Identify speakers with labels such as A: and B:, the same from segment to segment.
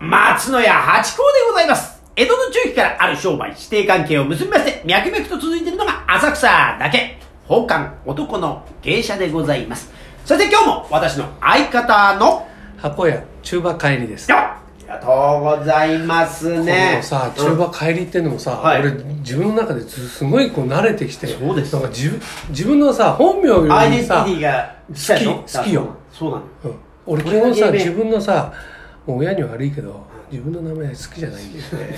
A: 松野屋八甲でございます。江戸の中期からある商売、指定関係を結びまして、脈々と続いているのが浅草だけ、宝冠男の芸者でございます。そして今日も私の相方の、
B: 箱屋中馬帰りです
A: よっありがとうございます
B: こ
A: ね
B: の。さ中馬帰りってのもさ、
A: はい
B: 俺自分の中ですすごいこう慣れてきて
A: そうです
B: なんか自分自分のさ本名よ
A: アイ
B: り
A: デンティ
B: もさ
A: テ、ィが近いの
B: 好き好きよ。
A: そうなの。
B: うん、俺
A: 俺が
B: 昨日
A: 芸
B: さ
A: 名
B: 自分のさもう親には悪いけど自分の名前好きじゃないんだよね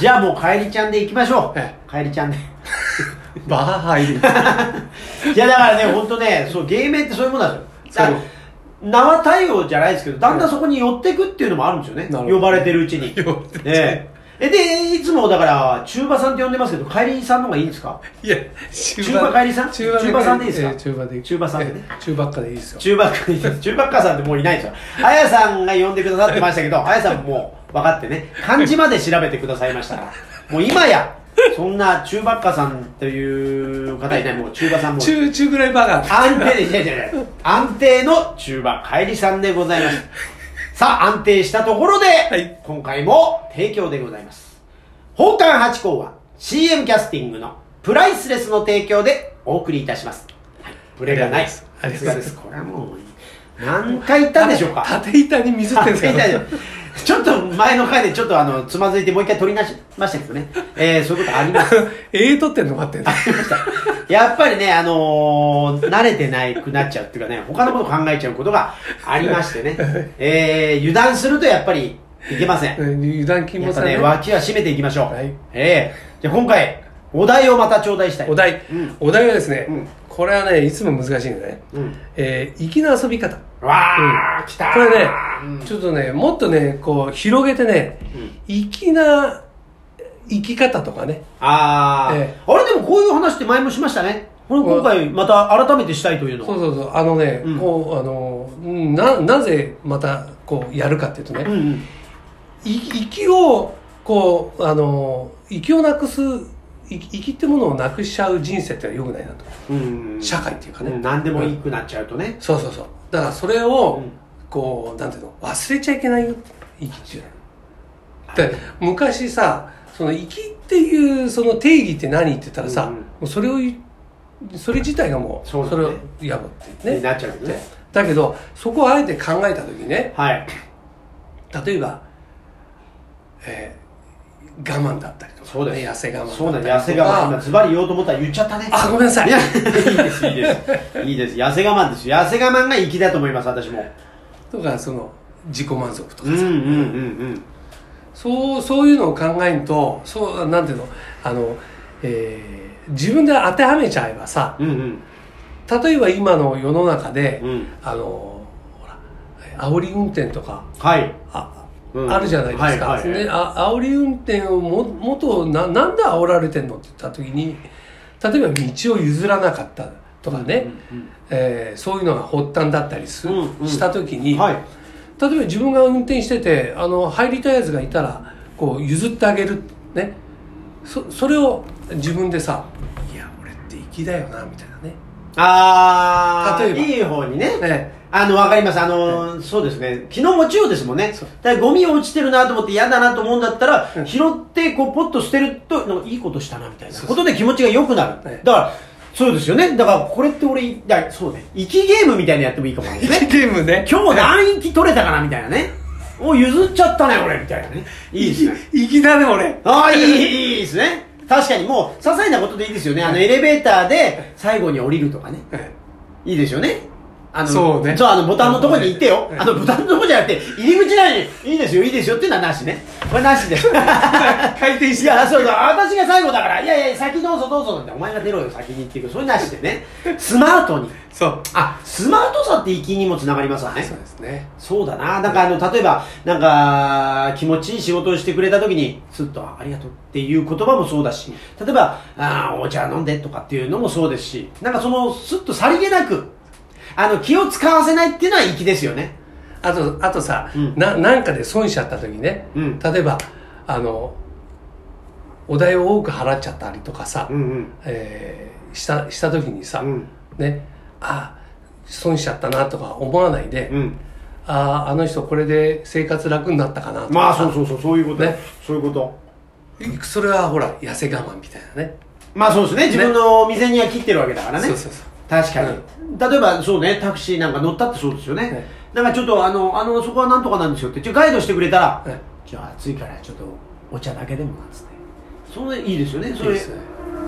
A: じゃあもう、かえりちゃんで行きましょ
B: え
A: う。かえりちゃんで。
B: バーハイリ
A: いやだからね、本当ね、そう芸名ってそういうものなんですよ。だから生対応じゃないですけど、だんだんそこに寄ってくっていうのもあるんですよね。
B: なるほど
A: 呼ばれてるうち に。
B: 呼ばれてるうちに
A: えええで、いつもだから、中馬さんって呼んでますけど、帰りさん の方がいいんですか
B: いや中
A: 中馬帰りさん
B: 中馬
A: 中馬さんでいいですか
B: えー中馬で
A: 中馬さんでね
B: えー中馬っかでいいですよ
A: 中馬 か、中馬かさんってもういないんですよ。あやさんが呼んでくださってましたけど、あやさんもう分かってね、漢字まで調べてくださいました から。もう今や、そんな中馬かさんという方いない、もう中馬さんも。
B: 中中ぐらいバカ
A: 安定で、いやいやいや安定の中盤、帰りさんでござい ます。さあ、安定したところで、
B: い
A: 今回も提供でございます。宝冠八甲は CM キャスティングのプライスレスの提供でお送りいたします。はい、ブレがない。
B: ありがとうございます
A: さすがこれはもう、何回言ったんでしょうか
B: 縦板に水ってんすか
A: あいやいや ちょっと前の回でちょっとあの、つまずいてもう一回取り直しましたけどね。えー、そういうことあります。
B: ええとってんの待 ってんの
A: やっぱりね、あのー慣れてないくなっちゃうっていうかね、他のこと考えちゃうことがありましてね、えー、油断するとやっぱりいけません。
B: うん油断禁
A: や
B: 物
A: っぱ
B: だ
A: ね、
B: ね
A: 脇は締めていきましょう。
B: はい
A: えー、じゃあ今回、お題をまた頂戴したい。
B: お題、
A: うん
B: お題はですね、
A: うん
B: これはねいつも難しいんだね、
A: うん。
B: えー粋な遊び方
A: わー、来たー
B: これね、
A: うん
B: ちょっとねもっとねこう広げてね、粋な生き方とかね
A: あー、
B: ええ
A: あれでもこういう話って前もしましたね。これ今回また改めてしたいというのは。
B: そうそうそうあのね、
A: うん
B: こうあのうんななぜまたこうやるかっていうとね、
A: うんうん。
B: い息をこうあの息をなくすい息ってものをなくしちゃう人生ってのはよくないなと、
A: うん、
B: 社会っていうかね、
A: うん何でもいいくなっちゃうとね。
B: そうそうそうだからそれを、
A: うん
B: こうなんていうの忘れちゃいけないよ生きてるで昔さその生きっていうその定義って何って言ったらさ、
A: うんうん
B: もうそれを言うそれ自体がもう
A: そうだね
B: れをやばって
A: に
B: ね
A: なっちゃうよね。
B: だけどそこをあえて考えた時にね
A: はい。
B: 例えば、えー我慢だったりとか、ね、
A: そうです
B: 痩せ我慢だったりとか
A: そうなんです。痩せ我慢。今ズバリ言おうと思ったら言っちゃったね。
B: あごめんなさい
A: いや、いいです、いいです。いいです。痩せ我慢ですよ。痩せ我慢が粋だと思います、私も。
B: とかその自己満足と
A: う
B: か
A: んう
B: さ、
A: んうん
B: そうそういうのを考えるとそうなんていうのあの、えー自分で当てはめちゃえばさ
A: うん。うんうん。
B: 例えば今の世の中で、
A: うん
B: あのほら煽り運転とか
A: はい。
B: あ,、
A: うん
B: あるじゃないですか、
A: はいはい
B: であ煽り運転をももっとななんで煽られてんのって言った時に例えば道を譲らなかったとかね、
A: うんうん
B: えーそういうのが発端だったりす、
A: うんうん
B: した時に、
A: はい。
B: 例えば自分が運転しててあの入りたいやつがいたらこう譲ってあげるねそそれを自分でさ「いや俺って粋だよな」みたいなね
A: あー、
B: 例えば
A: いい方にね。
B: え
A: あの、わかります。あの、そうですね。昨日もちようですもんね
B: そう。
A: だからゴミ落ちてるなと思って嫌だなと思うんだったら
B: う、ん
A: 拾って、こう、ポッと捨てると、なんかいいことしたな、みたいなことで気持ちが良くな
B: は
A: る
B: い。
A: だから、そうですよね。だから、これって俺、いだからそうね。息ゲームみたいなのやってもいいかもね
B: え。 ゲームね
A: 今日何息取れたかなみたいなね。お、譲っちゃったね、俺みたいなね。いいですね。
B: 粋だね俺
A: ああ、いい、いいですね。確かにもう、些細なことでいいですよね。あの、エレベーターで最後に降りるとかね。
B: え
A: いいですよね。あの、
B: そうね
A: あの、ボタンのとこに行ってよ
B: う。ん
A: あの、ボタンのとこじゃなくて、入り口なのに、いいですよ、いいですよっていうのはなしね。これなし です。
B: 回転
A: いや、そうそう、私が最後だから、いやいや、先どうぞどうぞって、お前が出ろよ、先にっていう、そういうなしでね。スマートに。
B: そう
A: あ、スマートさって息にもつながりますわね。
B: そうですね
A: そうだな。なんかあの、例えば、なんか、気持ちいい仕事をしてくれた時に、すっと、あありがとうっていう言葉もそうだし、例えば、あーお茶飲んでとかっていうのもそうですし、なんかその、すっとさりげなく、あの、気を使わせないっていうのは粋ですよね。
B: あとあとさ、
A: うん
B: ななんかで損しちゃった時ね、
A: うん
B: 例えばあのお代を多く払っちゃったりとかさ、
A: ん
B: えーしたした時にさ、
A: うん
B: ねあ損しちゃったなとか思わないで、
A: うん。
B: あああの人これで生活楽になったかなとか
A: まあそうそうそうそういうこと、
B: ね
A: そういうこと
B: それはほら痩せ我慢みたいなね
A: まあそうですね自分のお店には切ってるわけだからね
B: そうそうそう
A: 確かに、例えばそうねタクシーなんか乗ったってそうですよね、
B: ね
A: なんかちょっとあのあのそこはなんとかなんですよってちょガイドしてくれたら、
B: ね
A: じゃあ暑いからちょっとお茶だけでもなんつってそれいいですよねそ
B: いい
A: れ
B: ですね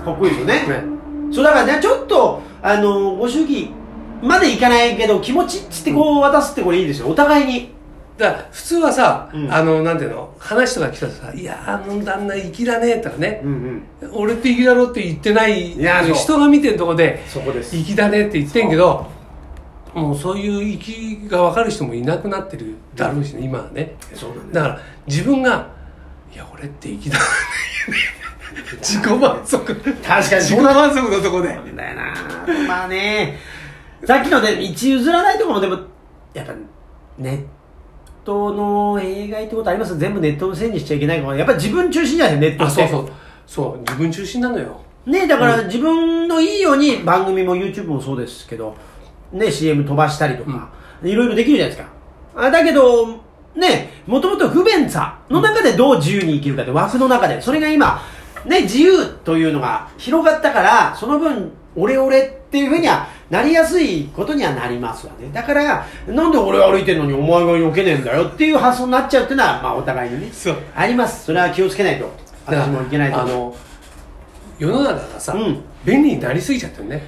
A: かっこいいですよね
B: ね
A: そうだからねちょっとあのご主義までいかないけど気持ちっつってこう渡すってこれいいですよお互いに
B: だから普通はさ、
A: うん
B: あのなんていうの話とか来たらさ「いやあの旦那生きらねえ」とかね
A: うんうん
B: 「俺って生きだろ」って言ってない
A: いやそう
B: 人が見てるとこで
A: そこで
B: 「生きだね」って言ってんけどもうそういう生きが分かる人もいなくなってるだろうしね今はね
A: そうなんだ
B: だから自分が「いや俺って生きだね」自己満足
A: 確かに
B: 自己
A: そう
B: 満足のとこで
A: なんだよなまあねさっきのね一譲らないところもでもやっぱネットの弊害ってことあります全部ネットのせいにしちゃいけないからやっぱ自分中心じゃないネット
B: あ
A: って
B: そうそうそう自分中心なのよ
A: ねだから自分のいいように番組も YouTube もそうですけど、ね、CM 飛ばしたりとか、いろいろできるじゃないですか。あだけど、ね、もともと不便さの中でどう自由に生きるかって枠の中で、それが今、ね、自由というのが広がったから、その分、俺俺っていうふうにはなりやすいことにはなりますわね。だから、なんで俺歩いてんのにお前が避けねえんだよっていう発想になっちゃうっていうのは、まあお互いにね。
B: そう
A: あります。それは気をつけないと。
B: だから
A: 私もいけないと
B: あ
A: 思う。
B: の世の中がさ、
A: うん
B: 便利になりすぎちゃってるね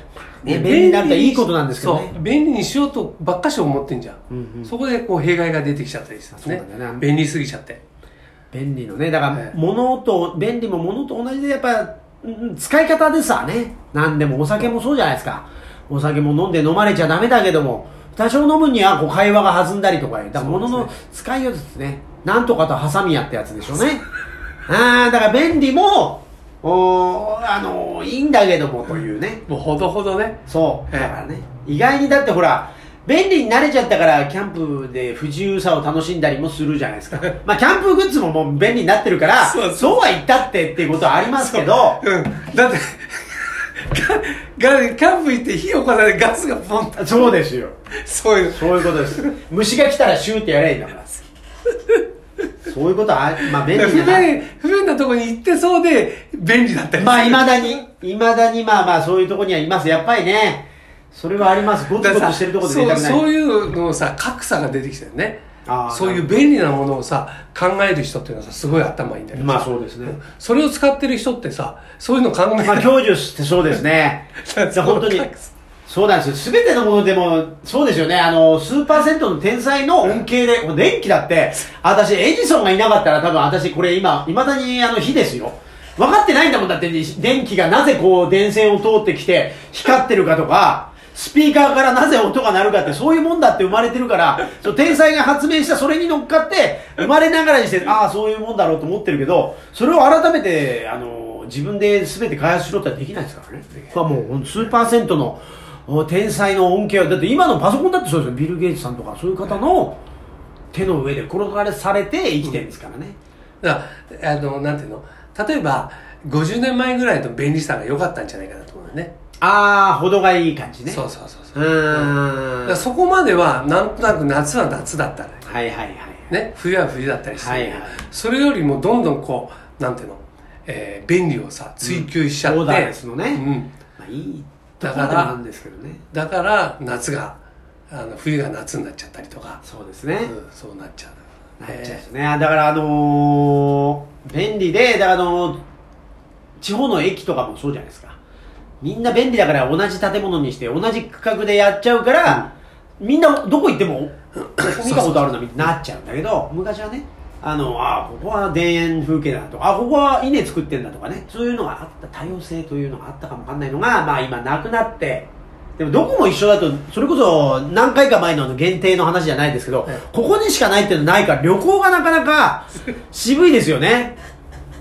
A: ね
B: で
A: 便利になるといいことなんですけどね
B: そう便利にしようとばっかし思ってんじゃん、
A: うんうん
B: そこでこう弊害が出てきちゃったりさ、
A: そうなんだよね
B: 便利すぎちゃって
A: 便利のねだか
B: は
A: ら
B: い
A: 物と便利も物と同じでやっぱうん使い方でさね何でもお酒もそうじゃないですかお酒も飲んで飲まれちゃダメだけども多少飲むにはこう会話が弾んだりとかだから物
B: そう
A: の
B: です
A: 使いようですねなんとかとハサミやってやつでしょう ねああだから便利もおーあのーいいんだけどもというね
B: もうほどほどね
A: そう
B: え
A: だ
B: え
A: からね意外にだってほら便利に慣れちゃったからキャンプで不自由さを楽しんだりもするじゃないです かまあキャンプグッズももう便利になってるから
B: そうそう
A: は言ったってっていうことはありますけど
B: うんだって ががキャンプ行って火起こされてガスがポン と
A: そうですよ
B: そういう
A: そういうことです 虫が来たらシューってやればいいんだから そういうことはあまあ便
B: 不
A: 利だ な
B: 便不便なとこに行ってそうで便利だったりする
A: まあいまだにいまだにまあまあそういうとこにはいますやっぱりねそれはありますゴツ
B: だ
A: ゴ
B: か
A: ツ
B: ら
A: してるとこで
B: そ
A: 寝た
B: う
A: くない
B: そういうのをさ格差が出てきたよね
A: あー
B: そういう便利なものをさ考える人っていうのはさすごい頭いいんだよ、
A: まあそうですね
B: それを使ってる人ってさそういうの考えない、
A: まあ、享受してそうですね
B: だって。
A: 本当に
B: そう隠す。
A: そうなんですよ。すべてのものでも、そうですよね。あの、スーパー銭湯の天才の恩恵で、もう電気だって、私、エジソンがいなかったら多分私これ今、未だにあの火ですよ。分かってないんだもんだって、電気がなぜこう電線を通ってきて光ってるかとか、スピーカーからなぜ音が鳴るかって、そういうもんだって生まれてるから、そう天才が発明したそれに乗っかって、生まれながらにして、ああ、そういうもんだろうと思ってるけど、それを改めて、あの、自分で全て開発しろってはできないですからね。これはもう、スーパーセントのお天才の恩恵は、だって今のパソコンだってそうですよ。ビル・ゲイツさんとか、そういう方の手の上で転がれされて生きてるんですからね。
B: だからあのなんていうの例えば50年前ぐらいの便利さが良かったんじゃないかなと思うよね
A: ああ、程がいい感じね。
B: そうそうそうそう
A: う
B: だ
A: ーん。
B: からそこまではなんとなく夏は夏だったり
A: はいはいはい。
B: ね冬は冬だったりして、
A: はいはい
B: それよりもどんどんこうなんていうの、えー便利をさ追求しちゃって、
A: オーダーレスのね。
B: うん
A: まあ、いいところでもあるんですけどね。
B: だから夏があの冬が夏になっちゃったりとか、
A: そうですね。
B: うんそうなっちゃう
A: なっちゃう
B: え
A: ね、だからあのー便利でだからあのー地方の駅とかもそうじゃないですかみんな便利だから同じ建物にして同じ区画でやっちゃうから、みんなどこ行って も見たことあるなみたいになっちゃうんだけど昔はねあのあここは田園風景だとかあここは稲作ってんだとかねそういうのがあった多様性というのがあったかもわかんないのがまあ今なくなってでもどこも一緒だとそれこそ何回か前のあの限定の話じゃないですけど、
B: はい
A: ここにしかないっていうのはないから旅行がなかなか渋いですよね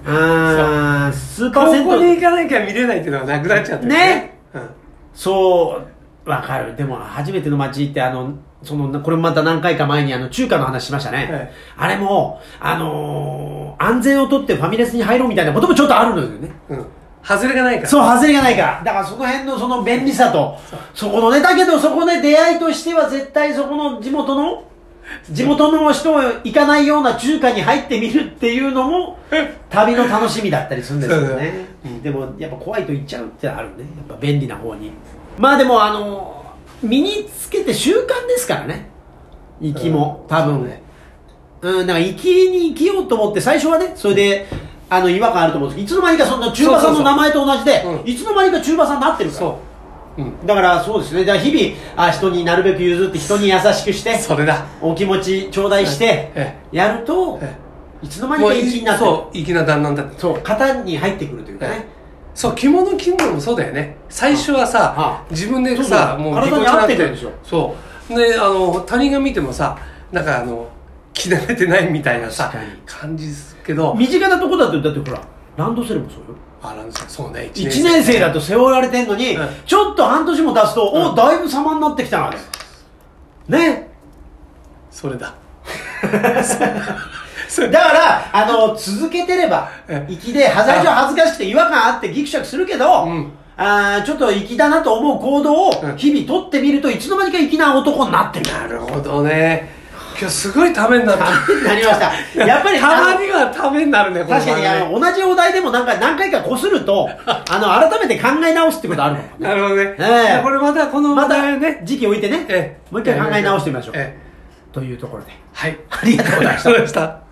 A: あースーパー
B: ー
A: 銭
B: ここ
A: 湯
B: に行かなきゃ見れないっていうのがなくなっちゃってる
A: ね
B: うん
A: そう、わかる。でも、初めての街って、あの、その、これもまた何回か前に、あの、中華の話しましたね。
B: い
A: あれも、あのー安全をとってファミレスに入ろうみたいなこともちょっとあるのよね。
B: うん、外れがないから
A: そう、外れがないから。だからその辺のその便利さと、そこのね、だけどそこで出会いとしては絶対そこの地元の地元の人も行かないような中華に入ってみるっていうのも旅の楽しみだったりするんですよ
B: そうだ
A: ね
B: ね
A: でもやっぱ怖いと言っちゃうってあるねやっぱ便利な方にまあでもあの身につけて習慣ですからね行きも、
B: うん
A: 多
B: そう
A: 分
B: ね
A: うん、だから行きに生きようと思って最初はねそれであの違和感あると思うんですけどいつの間にかそんな中馬さんの名前と同じで
B: そうそうそううん
A: いつの間にか中馬さんになってるから
B: そう、うん、
A: だからそうですねだから日々あ人になるべく譲って人に優しくして
B: それだ
A: お気持ち頂戴し
B: え
A: てやると
B: え
A: いつの間にか一気になってる
B: そう粋な旦那だって
A: そう型に入ってくるというかね
B: えそう着物着るのもそうだよね最初はさ、
A: ああ
B: 自分で
A: そうだ
B: さもう
A: 体に合ってくるんですよ
B: そうであの他人が見てもさなんかあの着慣れてないみたいなさ
A: 確かに
B: 感じするけど
A: 身近なとこだとだってほらランドセルもそうよ
B: あなんですかそうね
A: 1年生だと背負われてんのに、
B: うん
A: ちょっと半年も経つと、
B: う
A: お
B: ん
A: だいぶ様になってきたなね
B: それだ
A: だからあの続けてれば
B: え
A: 粋では最初は恥ずかしくて違和感あってギクシャクするけど、
B: うん
A: あーちょっと粋だなと思う行動
B: うん
A: を日々取ってみるといつの間にか粋な男にな ってる
B: なるほどね今日すごいためになった
A: なりました やっぱり
B: たまにはためになるねこの
A: 確かに
B: 番組
A: あの同じお題でも何回何回かこするとあの改めて考え直すってことある のか
B: なるほどね、
A: ええ
B: これまたこの
A: ま
B: 話題
A: た
B: ね、
A: 時期置いてね、
B: ええ
A: もう一回考え直してみましょう、
B: ええ
A: というところで
B: はい
A: ありがとうございました
B: ありがとうございました